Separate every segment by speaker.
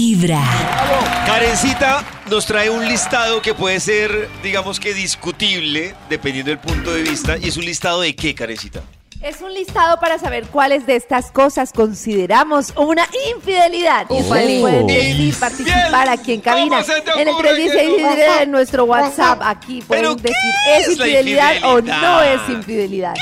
Speaker 1: Vibra.
Speaker 2: Karencita nos trae un listado que puede ser, digamos que discutible, dependiendo del punto de vista. ¿Y es un listado de qué, Karencita?
Speaker 3: Es un listado para saber cuáles de estas cosas consideramos una infidelidad. Y ustedes pueden decidir participar aquí en cabina.
Speaker 2: ¿Cómo se te
Speaker 3: En el
Speaker 2: ocurre que
Speaker 3: 316
Speaker 4: no?
Speaker 3: en nuestro WhatsApp aquí
Speaker 2: ¿Pero
Speaker 3: pueden
Speaker 2: qué
Speaker 3: decir
Speaker 2: es
Speaker 3: es
Speaker 2: la
Speaker 3: infidelidad o no
Speaker 2: infidelidad?
Speaker 3: es infidelidad.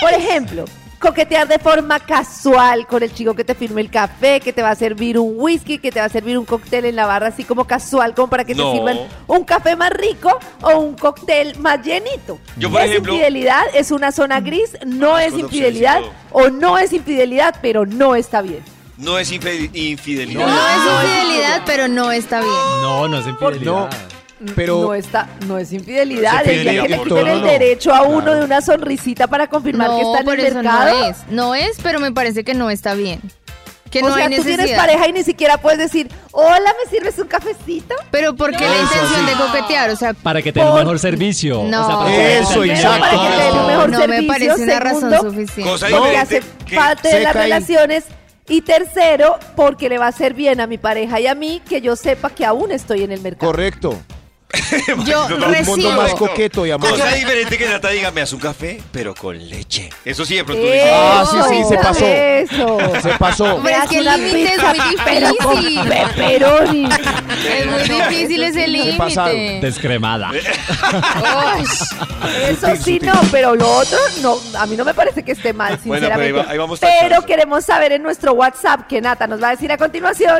Speaker 3: Por ejemplo, coquetear de forma casual con el chico que te firme el café, que te va a servir un whisky, que te va a servir un cóctel en la barra así como casual, como para que
Speaker 2: No.
Speaker 3: te sirvan un café más rico o un cóctel más llenito.
Speaker 2: Yo, por
Speaker 3: es
Speaker 2: ejemplo-
Speaker 3: infidelidad, es una zona gris, no es
Speaker 2: cuando
Speaker 3: infidelidad
Speaker 2: obsesionado.
Speaker 3: o no es infidelidad, pero no está bien.
Speaker 2: No es infe- infidelidad.
Speaker 4: No es infidelidad, pero no está bien.
Speaker 5: No, no es infidelidad.
Speaker 6: Pero
Speaker 3: Mm, no está, no es infidelidad,
Speaker 2: No es
Speaker 3: el día que le
Speaker 2: infidelidad,
Speaker 3: quiten
Speaker 2: no,
Speaker 3: el
Speaker 2: no.
Speaker 3: derecho a uno de una sonrisita para confirmar que
Speaker 4: No,
Speaker 3: está en
Speaker 4: por
Speaker 3: el
Speaker 4: eso
Speaker 3: mercado.
Speaker 4: no es. No es, pero me parece que no está bien. Que
Speaker 3: o
Speaker 4: no
Speaker 3: sea,
Speaker 4: hay
Speaker 3: tú tienes
Speaker 4: necesidad.
Speaker 3: pareja y ni siquiera puedes decir, hola, ¿me sirves un cafecito?
Speaker 4: Pero ¿por qué la
Speaker 5: Eso,
Speaker 4: intención
Speaker 5: sí.
Speaker 4: de coquetear? O sea,
Speaker 5: Para que te dé un
Speaker 3: Por-
Speaker 5: mejor servicio.
Speaker 4: No.
Speaker 5: para que te
Speaker 6: Eso,
Speaker 5: den
Speaker 3: Primero,
Speaker 6: exacto.
Speaker 3: Para que te den un mejor
Speaker 4: no
Speaker 3: servicio.
Speaker 4: me parece una razón
Speaker 3: Segundo,
Speaker 4: suficiente.
Speaker 2: Cosa
Speaker 3: porque
Speaker 2: diferente
Speaker 3: hace
Speaker 2: que-
Speaker 3: parte de
Speaker 6: Se
Speaker 3: las
Speaker 6: cae.
Speaker 3: relaciones. Y tercero, porque le va a hacer bien a mi pareja y a mí que yo sepa que aún estoy en el mercado.
Speaker 6: correcto.
Speaker 4: Yo
Speaker 3: Pues
Speaker 6: Un mundo
Speaker 4: recibo.
Speaker 6: más coqueto y amable.
Speaker 2: Cosa diferente que Nata diga, me hace un café, pero con leche. Eso sí, de pronto
Speaker 3: Eso,
Speaker 2: dice,
Speaker 6: Ah, sí, sí, se pasó.
Speaker 3: Eso.
Speaker 6: Se pasó.
Speaker 4: Pero es que el
Speaker 3: Una
Speaker 4: límite es
Speaker 3: pizza,
Speaker 4: muy
Speaker 3: Pero con
Speaker 4: difícil.
Speaker 3: pepperoni.
Speaker 4: Es muy difícil ese
Speaker 6: pasaron.
Speaker 4: límite.
Speaker 5: Descremada.
Speaker 4: Ush.
Speaker 3: Eso sí no, pero lo otro no, a mí no me parece que esté mal,
Speaker 2: Bueno, pero ahí va-
Speaker 3: sinceramente.
Speaker 2: ahí vamos
Speaker 3: Pero
Speaker 2: tachando.
Speaker 3: queremos saber en nuestro WhatsApp que Nata nos va a decir a continuación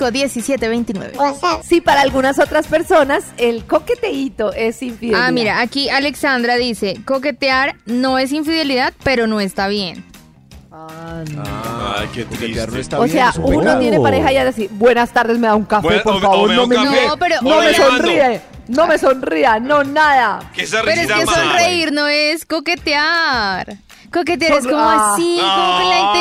Speaker 4: 316-645-1729.
Speaker 3: si para algunas otras personas el coqueteíto es infidelidad.
Speaker 4: Ah, mira, aquí Alexandra dice, coquetear no es infidelidad, pero no está bien.
Speaker 3: Ah, no.
Speaker 2: Ay, qué triste.
Speaker 6: Coquetear no está
Speaker 3: o
Speaker 6: bien,
Speaker 3: sea,
Speaker 6: es un
Speaker 3: uno
Speaker 6: pecado.
Speaker 3: tiene pareja y ya decir, buenas tardes, me da un café,
Speaker 2: Bueno, o
Speaker 3: por
Speaker 2: me- o
Speaker 3: favor,
Speaker 2: me da
Speaker 3: no
Speaker 2: un
Speaker 3: me,
Speaker 2: café,
Speaker 4: No, pero-
Speaker 2: o
Speaker 3: no
Speaker 4: o
Speaker 3: me
Speaker 4: me llama-
Speaker 3: sonríe, no me sonría, no nada.
Speaker 2: Que esa
Speaker 4: Pero es
Speaker 2: risita
Speaker 4: que
Speaker 2: mala.
Speaker 4: sonreír no es coquetear. Coquetear es
Speaker 3: Sonre-
Speaker 4: como
Speaker 3: Ah.
Speaker 4: así, como con la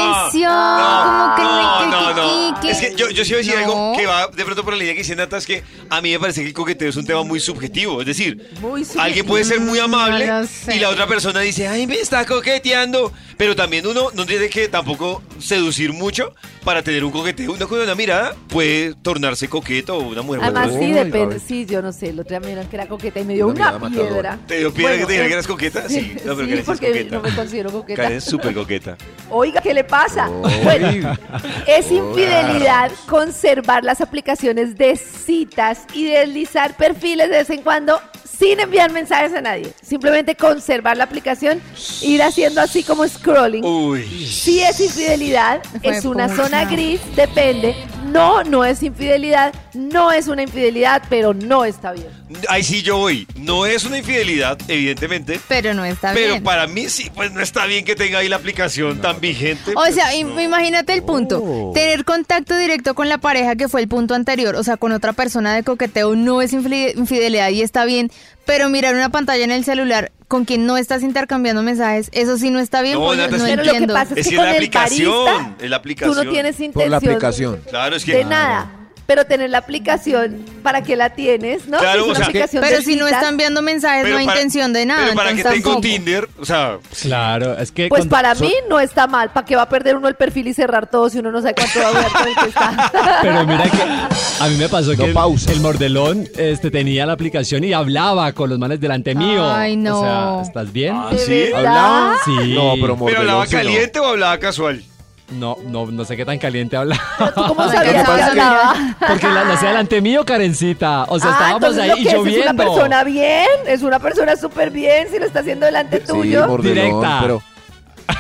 Speaker 2: No,
Speaker 4: intención, como que
Speaker 2: no,
Speaker 4: le-
Speaker 2: no, no.
Speaker 4: que- que-
Speaker 2: Es que yo, yo sí voy a decir
Speaker 4: No.
Speaker 2: algo que va de pronto por la idea que dice Nata, es que a mí me parece que el coqueteo es un tema muy subjetivo. Es decir,
Speaker 3: Muy subjetivo.
Speaker 2: alguien puede ser muy amable
Speaker 4: No lo sé.
Speaker 2: y la otra persona dice, ay, me está coqueteando. Pero también uno no tiene que tampoco seducir mucho para tener un coqueteo. Uno con una mirada puede tornarse coqueto o una mujer.
Speaker 3: Además,
Speaker 2: buena.
Speaker 3: sí,
Speaker 6: Uy,
Speaker 3: depende.
Speaker 6: Gaby.
Speaker 3: Sí, yo no sé, el otro día me dijeron que era coqueta y me dio
Speaker 6: Una
Speaker 3: una,
Speaker 6: mirada matadora.
Speaker 3: piedra.
Speaker 2: ¿Te dio piedra que te dijera que
Speaker 3: eh,
Speaker 2: eras coqueta? Sí, no, pero Karen sí
Speaker 3: sí
Speaker 2: es
Speaker 3: porque
Speaker 2: coqueta.
Speaker 3: no me considero coqueta.
Speaker 2: Karen es súper coqueta.
Speaker 3: Oiga, ¿qué le pasa?
Speaker 6: Oy.
Speaker 3: Bueno, es infidelidad conservar las aplicaciones de citas y deslizar perfiles de vez en cuando sin enviar mensajes a nadie. Simplemente conservar la aplicación, ir haciendo así como scrolling.
Speaker 2: Uy.
Speaker 3: Si es infidelidad,
Speaker 4: Fue
Speaker 3: es una
Speaker 4: pucha.
Speaker 3: zona gris, depende. No, no es infidelidad, no es una infidelidad, pero no está bien.
Speaker 2: Ahí sí yo voy. No es una infidelidad, evidentemente.
Speaker 4: Pero no está
Speaker 2: Pero
Speaker 4: bien.
Speaker 2: para mí sí, pues no está bien que tenga ahí la aplicación tan vigente.
Speaker 4: O
Speaker 2: pues,
Speaker 4: sea, im-
Speaker 2: no.
Speaker 4: imagínate el punto. Tener contacto directo con la pareja que fue el punto anterior, o sea, con otra persona de coqueteo no es infli- infidelidad y está bien, pero mirar una pantalla en el celular con quien no estás intercambiando mensajes, eso sí no está bien,
Speaker 2: No,
Speaker 4: pues, yo
Speaker 2: Nata,
Speaker 4: no
Speaker 2: sí.
Speaker 3: Pero lo que
Speaker 4: entiendo.
Speaker 3: pasa es,
Speaker 2: Es
Speaker 3: que
Speaker 2: que
Speaker 3: con
Speaker 2: la
Speaker 3: el
Speaker 2: aplicación,
Speaker 3: barista,
Speaker 2: es la
Speaker 3: tú no
Speaker 2: aplicación.
Speaker 3: tienes intención
Speaker 6: Por la aplicación.
Speaker 2: Claro, es que.
Speaker 3: de nada. Pero tener la aplicación, ¿para qué la tienes? ¿No?
Speaker 2: Claro,
Speaker 3: Es una
Speaker 2: o sea,
Speaker 3: aplicación
Speaker 4: pero
Speaker 3: de
Speaker 4: si no
Speaker 3: citas,
Speaker 4: están enviando mensajes, no hay
Speaker 2: para-
Speaker 4: intención de nada.
Speaker 2: Pero para que
Speaker 4: entonces
Speaker 2: tengo
Speaker 4: tampoco.
Speaker 2: Tinder, o sea,
Speaker 5: Claro, es que.
Speaker 3: Pues
Speaker 5: cuando-
Speaker 3: para
Speaker 5: so-
Speaker 3: mí no está mal. ¿Para qué va a perder uno el perfil y cerrar todo si uno no sabe cuánto va a durar todo el que está?
Speaker 5: Pero mira que a mí me pasó
Speaker 6: No
Speaker 5: que el-
Speaker 6: pausa.
Speaker 5: el, mordelón este, tenía la aplicación y hablaba con los manes delante mío.
Speaker 4: Ay, no.
Speaker 5: O sea, ¿estás bien?
Speaker 2: Ah, ¿sí?
Speaker 6: ¿Hablaba?
Speaker 5: Sí.
Speaker 6: No, pero
Speaker 2: ¿Pero
Speaker 6: mordelón,
Speaker 2: hablaba
Speaker 6: sí, no.
Speaker 2: caliente o hablaba casual?
Speaker 5: No, no, no sé qué tan caliente hablaba.
Speaker 3: ¿Tú cómo
Speaker 4: Lo que
Speaker 3: sabías que
Speaker 4: pasa es que-
Speaker 3: hablaba?
Speaker 5: Porque la, la hacía delante mío, Karencita. O sea,
Speaker 3: Ah,
Speaker 5: estábamos
Speaker 3: entonces
Speaker 5: ahí
Speaker 3: lo
Speaker 5: y
Speaker 3: que es,
Speaker 5: lloviendo.
Speaker 3: Es una persona bien, es una persona súper bien si lo está haciendo delante
Speaker 6: Sí,
Speaker 3: tuyo.
Speaker 6: mordelón,
Speaker 5: Directa.
Speaker 6: pero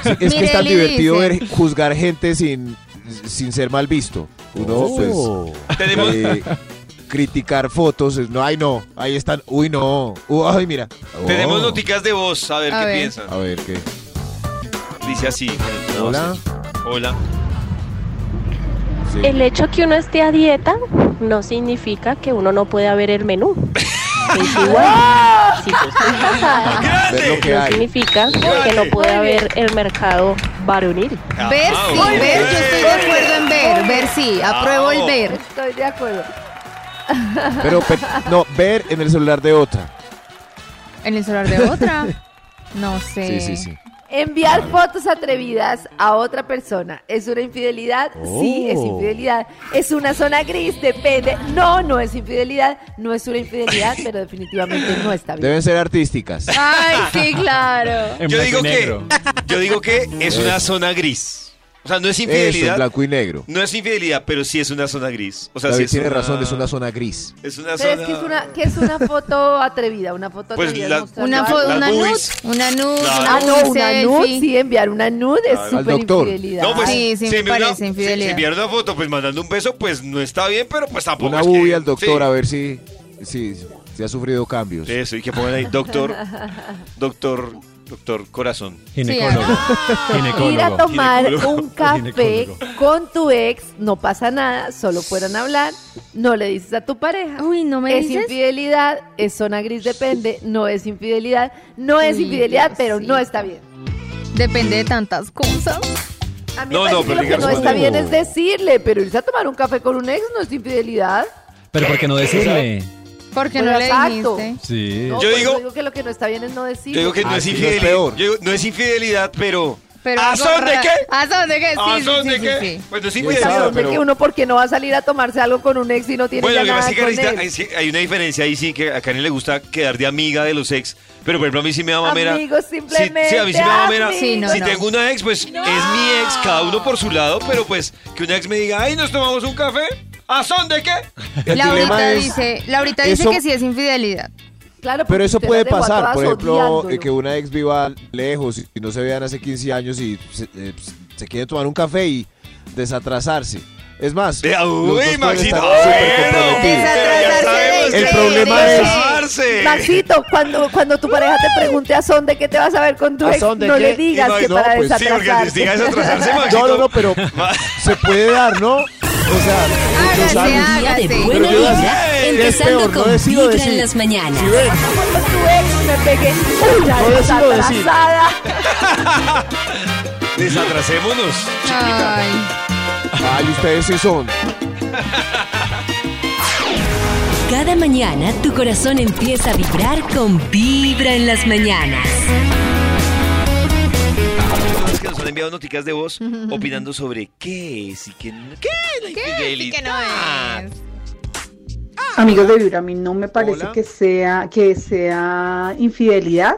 Speaker 6: Sí, es que es tan
Speaker 4: Mireli
Speaker 6: divertido
Speaker 4: dice.
Speaker 6: ver juzgar gente sin, sin ser mal visto. Uno,
Speaker 5: Oh.
Speaker 6: pues,
Speaker 2: Tenemos-
Speaker 6: eh, criticar fotos. es, No, ay, no. Ahí están. Uy, no. Uh, ay, mira. Oh.
Speaker 2: Tenemos noticas de voz, a ver
Speaker 4: A
Speaker 2: qué
Speaker 4: ver.
Speaker 2: piensan.
Speaker 6: A ver, ¿qué?
Speaker 2: Dice así.
Speaker 6: Hola.
Speaker 2: Hola.
Speaker 6: Sí.
Speaker 7: El hecho que uno esté a dieta no significa que uno no pueda ver el menú. Es igual. Si yo estoy
Speaker 4: Ah.
Speaker 7: casada,
Speaker 6: Ver lo
Speaker 2: ¡Grande!
Speaker 6: que
Speaker 7: no
Speaker 6: hay.
Speaker 7: significa que no pueda ver el mercado varonil.
Speaker 4: Ver
Speaker 2: Ah,
Speaker 4: sí,
Speaker 2: ok. Ah,
Speaker 4: ver, yo estoy de acuerdo en ver, ver sí, apruebo el ver.
Speaker 3: Estoy de acuerdo.
Speaker 6: Pero pe- no, ver en el celular de otra.
Speaker 4: En el celular de otra. No sé.
Speaker 6: Sí, sí, sí.
Speaker 3: Enviar fotos atrevidas a otra persona es una infidelidad. Sí,
Speaker 6: Oh.
Speaker 3: es infidelidad. Es una zona gris, depende. No, no es infidelidad. No es una infidelidad, pero definitivamente no está bien.
Speaker 6: Deben ser artísticas.
Speaker 4: Ay, sí, claro.
Speaker 5: En
Speaker 2: Yo
Speaker 5: blanco
Speaker 2: digo
Speaker 5: y
Speaker 2: que,
Speaker 5: negro.
Speaker 2: yo digo que es una zona gris. O sea, no es
Speaker 6: Eso, en
Speaker 2: infidelidad.
Speaker 6: blanco y negro.
Speaker 2: No es infidelidad, pero sí es una zona gris. O sea, sí
Speaker 6: David
Speaker 2: es
Speaker 6: tiene
Speaker 2: una-
Speaker 6: razón, es una zona gris.
Speaker 2: Es una
Speaker 3: Pero
Speaker 2: zona.
Speaker 3: es que es una, que es una foto atrevida, una foto
Speaker 2: Pues
Speaker 3: atrevida. es
Speaker 2: la-
Speaker 3: mostrar
Speaker 4: Una,
Speaker 3: la-
Speaker 4: fo-
Speaker 2: Las
Speaker 4: una nude,
Speaker 2: boobies.
Speaker 4: una nude,
Speaker 2: Claro.
Speaker 3: Ah,
Speaker 4: una,
Speaker 3: no,
Speaker 4: nude,
Speaker 3: una
Speaker 4: selfie.
Speaker 3: nude, sí, enviar una nude es
Speaker 6: Al
Speaker 3: súper
Speaker 6: doctor.
Speaker 3: infidelidad.
Speaker 2: No, pues
Speaker 4: Sí, sí,
Speaker 2: si
Speaker 4: me
Speaker 2: enviar una-
Speaker 4: parece infidelidad.
Speaker 2: si enviar una foto, pues mandando un beso, pues no está bien, pero pues tampoco.
Speaker 6: Una
Speaker 2: es que-
Speaker 6: bubia al doctor
Speaker 2: sí.
Speaker 6: a ver si, si, si ha sufrido cambios.
Speaker 2: Eso, y que pongan ahí, doctor, doctor, doctor, corazón.
Speaker 5: Ginecólogo.
Speaker 3: Ir a
Speaker 5: Ginecólogo.
Speaker 3: tomar
Speaker 2: Ginecólogo.
Speaker 3: un café
Speaker 5: Ginecólogo.
Speaker 3: con tu ex, no pasa nada, solo puedan hablar, no le dices a tu pareja.
Speaker 4: Uy, ¿no me
Speaker 3: es
Speaker 4: dices?
Speaker 3: infidelidad, es zona gris, depende, no es infidelidad, no es
Speaker 4: Uy,
Speaker 3: infidelidad, pero no
Speaker 4: Diosito.
Speaker 3: está bien.
Speaker 4: Depende de tantas cosas.
Speaker 3: A mí
Speaker 2: No,
Speaker 3: me
Speaker 2: no,
Speaker 3: parece que
Speaker 2: pero
Speaker 3: lo que
Speaker 2: digamos
Speaker 3: no está
Speaker 6: cuando-
Speaker 3: bien es decirle, pero irse a tomar un café con un ex no es infidelidad.
Speaker 5: Pero ¿por qué no decirle?
Speaker 4: Porque
Speaker 3: Bueno,
Speaker 4: no le
Speaker 3: exacto.
Speaker 4: dijiste.
Speaker 5: Sí.
Speaker 3: No,
Speaker 2: Yo
Speaker 3: por
Speaker 2: digo-
Speaker 3: eso que lo que no está bien es no decirle.
Speaker 2: Yo digo que no
Speaker 6: Ah,
Speaker 2: es
Speaker 6: sí, no es
Speaker 2: infidelidad.
Speaker 6: peor.
Speaker 2: Yo digo, no es infidelidad, pero.
Speaker 4: Pero
Speaker 2: ¿A
Speaker 4: algo
Speaker 2: son de
Speaker 4: ra-
Speaker 2: qué?
Speaker 4: ¿A son de qué? Sí,
Speaker 2: ¿A
Speaker 4: sí,
Speaker 2: son
Speaker 4: sí,
Speaker 2: de
Speaker 4: sí,
Speaker 2: qué?
Speaker 4: sí.
Speaker 2: Pues no es
Speaker 6: Pues,
Speaker 3: ¿A
Speaker 6: Ah,
Speaker 2: infidelidad,
Speaker 3: dónde que
Speaker 2: pero.
Speaker 3: uno porque no va a salir a tomarse algo con un ex y no tiene
Speaker 2: Bueno,
Speaker 3: ya
Speaker 2: lo que
Speaker 3: nada
Speaker 2: pasa es que,
Speaker 3: con
Speaker 2: Karencita-
Speaker 3: él?
Speaker 2: es que hay una diferencia ahí sí que a Karen le gusta quedar de amiga de los ex, pero por ejemplo a mí sí me da mamera.
Speaker 3: Amigos,
Speaker 2: Sí,
Speaker 3: simplemente
Speaker 2: Sí, a mí sí me da mamera.
Speaker 3: amigos.
Speaker 4: Sí, no,
Speaker 2: si
Speaker 4: no.
Speaker 2: tengo una ex, pues es mi ex, cada uno por su lado, pero pues que una ex me diga, ay, nos tomamos un café, ¿a son de qué?
Speaker 6: El
Speaker 4: Laurita
Speaker 6: dilema es-
Speaker 4: dice, Laurita dice
Speaker 6: eso-
Speaker 4: que sí es infidelidad.
Speaker 3: Claro,
Speaker 6: Pero
Speaker 3: porque
Speaker 6: eso
Speaker 3: usted
Speaker 6: puede
Speaker 3: las dejó a
Speaker 6: pasar,
Speaker 3: todas
Speaker 6: por ejemplo,
Speaker 3: odiándolo.
Speaker 6: eh, que una ex viva lejos y- y no se vean hace 15 años y se, eh, se quiere tomar un café y desatrasarse. Es más,
Speaker 2: Eh,
Speaker 6: los dos
Speaker 2: Uy,
Speaker 6: pueden
Speaker 2: Maxito,
Speaker 6: estar
Speaker 2: bueno,
Speaker 6: supercomprometidos.
Speaker 2: pero ya
Speaker 4: Desatrasarse
Speaker 2: sabemos
Speaker 4: de
Speaker 2: que
Speaker 6: El problema
Speaker 2: es
Speaker 6: es-
Speaker 2: besarse.
Speaker 3: Maxito, cuando, cuando tu pareja te pregunte a son de qué te vas a ver con tu
Speaker 6: ¿A
Speaker 3: ex, no
Speaker 6: son de qué?
Speaker 3: le digas
Speaker 6: Y no,
Speaker 3: que
Speaker 6: no,
Speaker 3: para
Speaker 6: pues sí,
Speaker 2: Sí, porque
Speaker 3: desatrasarte.
Speaker 2: si digas atrasarse, Maxito.
Speaker 6: No, no, no, pero se puede dar, ¿no? O sea, tú
Speaker 4: Hágase,
Speaker 6: sabes.
Speaker 4: hágase.
Speaker 1: Día de
Speaker 6: Pero
Speaker 1: buena
Speaker 6: yo no
Speaker 1: vibra,
Speaker 2: sé.
Speaker 1: empezando
Speaker 6: Es peor, no
Speaker 1: con
Speaker 6: decir, no
Speaker 1: vibra en
Speaker 6: decir.
Speaker 1: las mañanas.
Speaker 6: Si ven,
Speaker 3: Con tu ex me pegué una
Speaker 6: No, eso iba a decir.
Speaker 3: desatrasada.
Speaker 2: Desatrasémonos, chiquita.
Speaker 4: Ay.
Speaker 6: ay, Ah, ustedes sí son.
Speaker 1: Cada mañana tu corazón empieza a vibrar con vibra en las mañanas.
Speaker 2: Los que nos han enviado noticas de voz opinando sobre qué es y qué no. ¿Qué? La
Speaker 4: ¿Qué? Sí que no
Speaker 2: infidelidad.
Speaker 4: es.
Speaker 8: Amigos de Vibra, a mí no me parece
Speaker 6: Hola.
Speaker 8: que sea que sea infidelidad.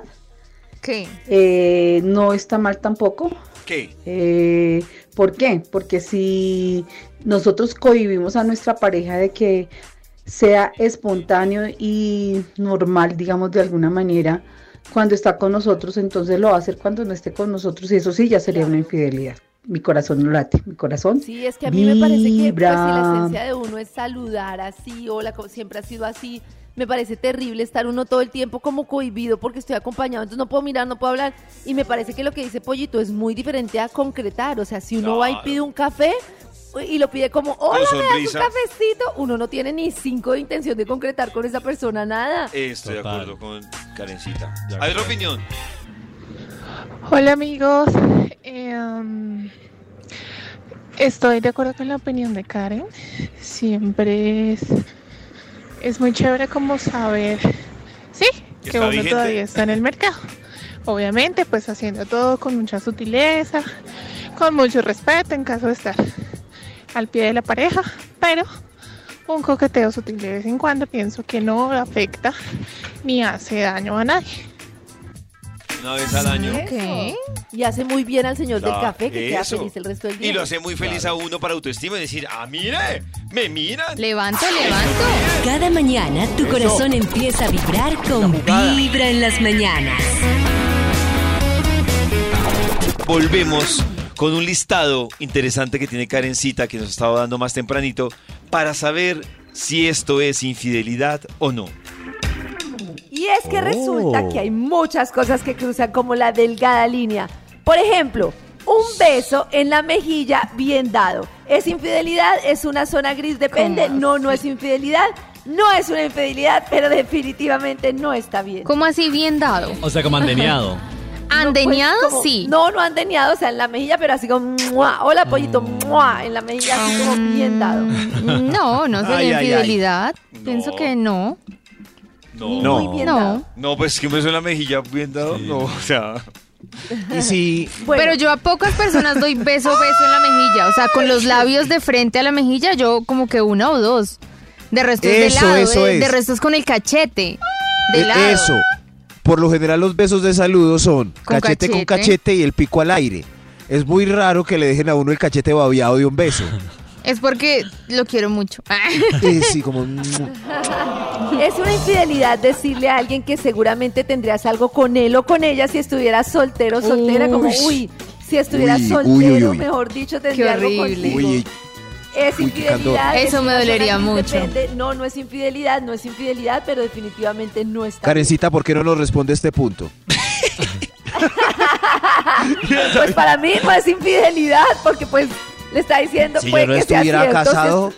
Speaker 4: ¿Qué?
Speaker 8: Eh, no está mal tampoco.
Speaker 2: ¿Qué?
Speaker 8: Eh, ¿Por qué? Porque si nosotros cohibimos a nuestra pareja de que sea espontáneo y normal, digamos de alguna manera, cuando está con nosotros, entonces lo va a hacer cuando no esté con nosotros y eso sí ya sería una infidelidad. Mi corazón no late, mi corazón.
Speaker 3: Sí, es que a mí me parece que pues, si la
Speaker 8: Vibra.
Speaker 3: esencia de uno es saludar así, hola, como siempre ha sido así, me parece terrible estar uno todo el tiempo como cohibido porque estoy acompañado, entonces no puedo mirar, no puedo hablar. Y me parece que lo que dice Pollito es muy diferente a concretar. O sea, si uno va y
Speaker 2: Claro.
Speaker 3: pide un café y lo pide como, hola, me das
Speaker 2: sonrisa.
Speaker 3: un cafecito, uno no tiene ni cinco de intención de concretar con esa persona nada.
Speaker 2: Estoy
Speaker 5: Total.
Speaker 2: de acuerdo con Karencita. Hay otra opinión.
Speaker 9: Hola amigos, Eh, um, estoy de acuerdo con la opinión de Karen. Siempre es, es muy chévere como saber, sí, que
Speaker 2: Está
Speaker 9: uno
Speaker 2: vigente.
Speaker 9: todavía está en el mercado. Obviamente, pues haciendo todo con mucha sutileza, con mucho respeto en caso de estar al pie de la pareja, pero un coqueteo sutil de vez en cuando pienso que no afecta ni hace daño a nadie.
Speaker 2: Una vez al año.
Speaker 3: Eso.
Speaker 4: ¿Qué?
Speaker 3: Y hace muy bien al señor
Speaker 2: Claro,
Speaker 3: del café que queda
Speaker 2: eso.
Speaker 3: feliz el resto del día.
Speaker 2: Y lo hace muy feliz a uno para autoestima y decir, ah, mire, me miran.
Speaker 4: Levanto, levanto.
Speaker 1: Cada mañana tu corazón empieza a vibrar con vibra en las mañanas.
Speaker 2: Volvemos con un listado interesante que tiene Karencita que nos estaba dando más tempranito para saber si esto es infidelidad o no.
Speaker 3: Y es que resulta que hay muchas cosas que cruzan como la delgada línea. Por ejemplo, un beso en la mejilla bien dado. ¿Es infidelidad? ¿Es una zona gris? Depende.
Speaker 4: ¿Cómo
Speaker 3: No, no es infidelidad. No es una infidelidad, pero definitivamente no está bien.
Speaker 4: ¿Cómo así bien dado?
Speaker 5: O sea, como andeneado.
Speaker 4: ¿Andeñado?
Speaker 3: No, pues, como-
Speaker 4: sí.
Speaker 3: No, no han deñado, o sea, en la mejilla, pero así como, ¡mua! hola pollito, ¡mua! en la mejilla, así como bien dado.
Speaker 4: No, no
Speaker 2: Ay, ay,
Speaker 4: sería
Speaker 2: ay.
Speaker 4: infidelidad.
Speaker 2: No.
Speaker 4: Pienso que no.
Speaker 2: No.
Speaker 3: Muy bien
Speaker 4: No.
Speaker 3: dado.
Speaker 2: No, pues que me beso en la mejilla bien dado. No, o sea.
Speaker 6: Y si
Speaker 3: Bueno,
Speaker 4: Pero yo a pocas personas doy beso, beso en la mejilla. O sea, con los labios de frente a la mejilla, yo como que una o dos. De resto es de
Speaker 6: Eso,
Speaker 4: lado.
Speaker 6: eso
Speaker 4: eh,
Speaker 6: es.
Speaker 4: De resto es con el cachete. De
Speaker 6: Eh,
Speaker 4: lado.
Speaker 6: Eso. Por lo general los besos de saludo son
Speaker 4: Con
Speaker 6: cachete, con
Speaker 4: cachete.
Speaker 6: cachete y el pico al aire. Es muy raro que le dejen a uno el cachete babiado de un beso.
Speaker 4: Es porque lo quiero mucho.
Speaker 6: Eh, sí, como...
Speaker 3: Es una infidelidad decirle a alguien que seguramente tendrías algo con él o con ella si estuvieras soltero o soltera, como uy, si estuvieras
Speaker 6: Uy, uy,
Speaker 3: soltero,
Speaker 6: uy, uy.
Speaker 3: mejor dicho, tendría algo
Speaker 4: horrible.
Speaker 3: contigo.
Speaker 6: Uy,
Speaker 3: es
Speaker 6: uy, qué candor.
Speaker 3: infidelidad.
Speaker 4: Eso
Speaker 3: es
Speaker 4: me
Speaker 3: una
Speaker 4: dolería
Speaker 3: persona que
Speaker 4: mucho.
Speaker 3: depende. No, no es infidelidad, no es infidelidad, pero definitivamente no está.
Speaker 6: Karencita, ¿por qué no nos responde este punto?
Speaker 3: bien. Pues para mí no es infidelidad, porque pues le está diciendo
Speaker 6: Si
Speaker 3: puede
Speaker 6: yo no
Speaker 3: que sea
Speaker 6: estuviera
Speaker 3: cierto,
Speaker 6: casado,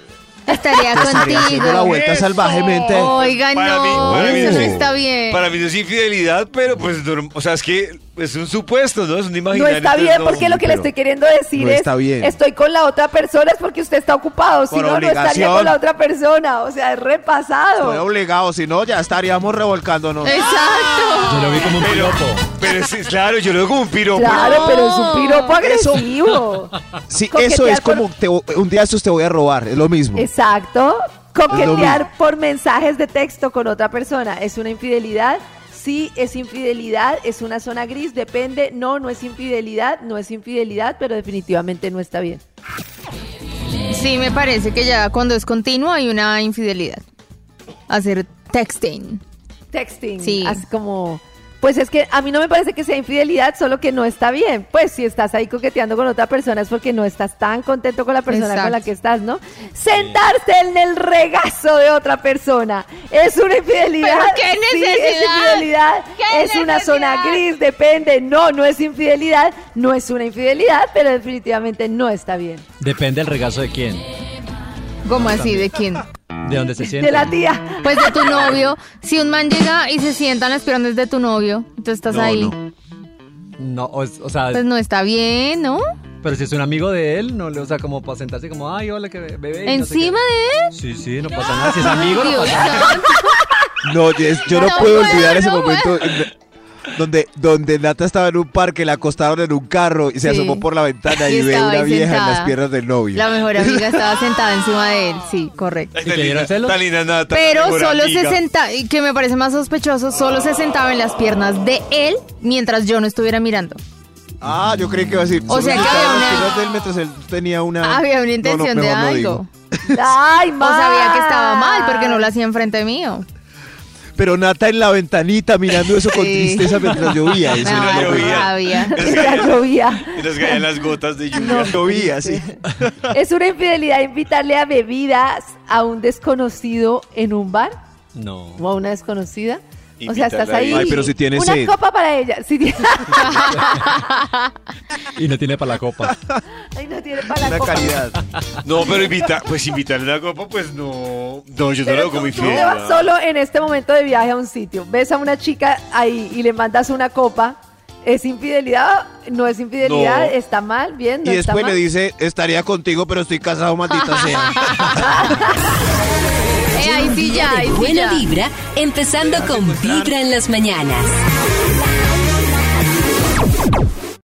Speaker 4: Estaría
Speaker 6: estaría haciendo la
Speaker 4: contigo.
Speaker 6: vuelta
Speaker 2: Eso.
Speaker 6: salvajemente.
Speaker 4: Oiga,
Speaker 2: Para mí-
Speaker 4: no.
Speaker 2: para mí
Speaker 4: eso
Speaker 2: no
Speaker 4: no
Speaker 2: es-
Speaker 4: está
Speaker 3: Eh.
Speaker 4: bien.
Speaker 2: Para mí no es infidelidad, pero pues, norm- o sea, es que es un supuesto, ¿no? Es un
Speaker 3: No
Speaker 2: imaginario.
Speaker 3: está
Speaker 2: entonces
Speaker 3: bien,
Speaker 2: no-
Speaker 3: porque lo que le
Speaker 6: pero
Speaker 3: estoy queriendo decir
Speaker 6: no
Speaker 3: es,
Speaker 6: está bien.
Speaker 3: estoy con la otra persona, es porque usted está ocupado, si
Speaker 6: Por
Speaker 3: no, no estaría
Speaker 6: obligación.
Speaker 3: con la otra persona, o sea, es
Speaker 6: Estoy
Speaker 3: repasado.
Speaker 6: obligado, si no ya estaríamos revolcándonos.
Speaker 4: Exacto.
Speaker 5: Yo lo vi como un
Speaker 2: Pero-
Speaker 5: piropo.
Speaker 2: Pero sí, claro, yo lo veo como un pues. piropo.
Speaker 3: Claro,
Speaker 4: No.
Speaker 3: pero es un piropo
Speaker 6: Eso-
Speaker 3: agresivo.
Speaker 6: Sí,
Speaker 3: coquetear
Speaker 6: eso es
Speaker 3: por-
Speaker 6: como te- un día estos te voy a robar, es lo mismo.
Speaker 3: Exacto. Coquetear
Speaker 6: mismo.
Speaker 3: por mensajes de texto con otra persona es una infidelidad. Sí, es infidelidad, es una zona gris, depende. No, no es infidelidad, no es infidelidad, pero definitivamente no está bien.
Speaker 4: Sí, me parece que ya cuando es continuo hay una infidelidad. Hacer texting.
Speaker 3: Texting,
Speaker 4: Sí.
Speaker 3: así como... Pues es que a mí no me parece que sea infidelidad, solo que no está bien. Pues si estás ahí coqueteando con otra persona es porque no estás tan contento con la persona con la
Speaker 4: Exacto.
Speaker 3: que estás, ¿no? Sentarse en el regazo de otra persona es una infidelidad.
Speaker 4: ¿Pero qué
Speaker 3: Sí, es
Speaker 4: necesidad?
Speaker 3: infidelidad.
Speaker 4: ¿Qué
Speaker 3: es una zona
Speaker 4: necesidad?
Speaker 3: gris, depende. No, no es infidelidad, no es una infidelidad, pero definitivamente no está bien.
Speaker 5: Depende del regazo de quién,
Speaker 4: ¿Cómo así? ¿De quién?
Speaker 5: de dónde se siente.
Speaker 3: De la tía.
Speaker 4: Pues de tu novio. Si un man llega y se sientan las piernas de tu novio, tú estás
Speaker 6: No,
Speaker 4: ahí.
Speaker 6: no.
Speaker 5: No, o, o sea,
Speaker 4: Pues no está bien, ¿no?
Speaker 5: pero si es un amigo de él, no le, o sea, como para sentarse como, ay, hola, que be- bebé. y no sé
Speaker 4: Encima
Speaker 5: qué.
Speaker 4: de él.
Speaker 5: Sí, sí, no pasa nada. Si es amigo, no
Speaker 4: Dios
Speaker 5: pasa nada.
Speaker 4: santo.
Speaker 6: No, Jess, yo no,
Speaker 4: No
Speaker 6: puedo
Speaker 4: puedo,
Speaker 6: olvidar ese
Speaker 4: no
Speaker 6: momento en- donde, donde Nata estaba en un parque, la acostaron en un carro y
Speaker 4: Sí.
Speaker 6: se asomó por la ventana y,
Speaker 4: Y
Speaker 6: ve
Speaker 4: estaba
Speaker 6: una
Speaker 4: ahí
Speaker 6: vieja en las
Speaker 4: sentada.
Speaker 6: piernas del novio.
Speaker 4: La mejor amiga estaba sentada encima de él, sí, correcto.
Speaker 2: Ay,
Speaker 5: ¿Y te dieron celos?
Speaker 2: tan linda nada, tan
Speaker 4: Pero
Speaker 2: mejor
Speaker 4: solo
Speaker 2: amiga.
Speaker 4: se sentaba, y que me parece más sospechoso, solo se sentaba en las piernas de él mientras yo no estuviera mirando.
Speaker 6: Ah, yo creí que iba a decir.
Speaker 4: O
Speaker 6: solo
Speaker 4: sea, que
Speaker 6: estaba
Speaker 4: había
Speaker 6: en las
Speaker 4: una-
Speaker 6: piernas de él mientras él tenía una.
Speaker 4: Había una intención
Speaker 6: Ah. No, no,
Speaker 4: de
Speaker 6: mejor no
Speaker 4: algo.
Speaker 6: digo.
Speaker 3: Ay,
Speaker 4: o
Speaker 3: mal.
Speaker 4: sabía que
Speaker 3: Ah.
Speaker 4: estaba mal porque no lo hacía enfrente mío.
Speaker 6: Pero Nata en la ventanita mirando eso con
Speaker 4: Sí.
Speaker 6: tristeza mientras llovía.
Speaker 4: Me
Speaker 6: Eso
Speaker 4: daba
Speaker 6: era lo
Speaker 2: yo vi.
Speaker 6: peor.
Speaker 4: rabia.
Speaker 3: La llovía.
Speaker 2: Mientras caían las gotas de lluvia.
Speaker 6: Llovía, sí.
Speaker 3: ¿Es una infidelidad invitarle a bebidas a un desconocido en un bar
Speaker 5: No.
Speaker 3: o a una desconocida? O sea,
Speaker 2: Invitarla
Speaker 3: estás
Speaker 2: a
Speaker 3: ahí.
Speaker 2: ir.
Speaker 6: Ay, pero si tiene
Speaker 3: Una
Speaker 6: sed.
Speaker 3: copa para ella. Si tiene-
Speaker 5: Y no tiene para la copa.
Speaker 3: Ay, no tiene para la
Speaker 6: Una
Speaker 3: copa.
Speaker 6: caridad.
Speaker 2: No, pero invita, pues invitarle a la copa, pues no. No, yo no lo
Speaker 3: Pero
Speaker 2: veo
Speaker 3: tú,
Speaker 2: como
Speaker 3: tú te vas
Speaker 2: infidelidad.
Speaker 3: solo en este momento de viaje a un sitio, ves a una chica ahí y le mandas una copa. ¿Es infidelidad? No es infidelidad.
Speaker 2: No.
Speaker 3: ¿Está mal? Bien, no
Speaker 6: y
Speaker 3: está
Speaker 6: después le
Speaker 3: mal.
Speaker 6: dice: Estaría contigo, pero estoy casado, maldita sea.
Speaker 4: Eh, ahí sí ya, ahí sí
Speaker 1: Buena
Speaker 4: ya.
Speaker 1: vibra, empezando con Vibra en las mañanas.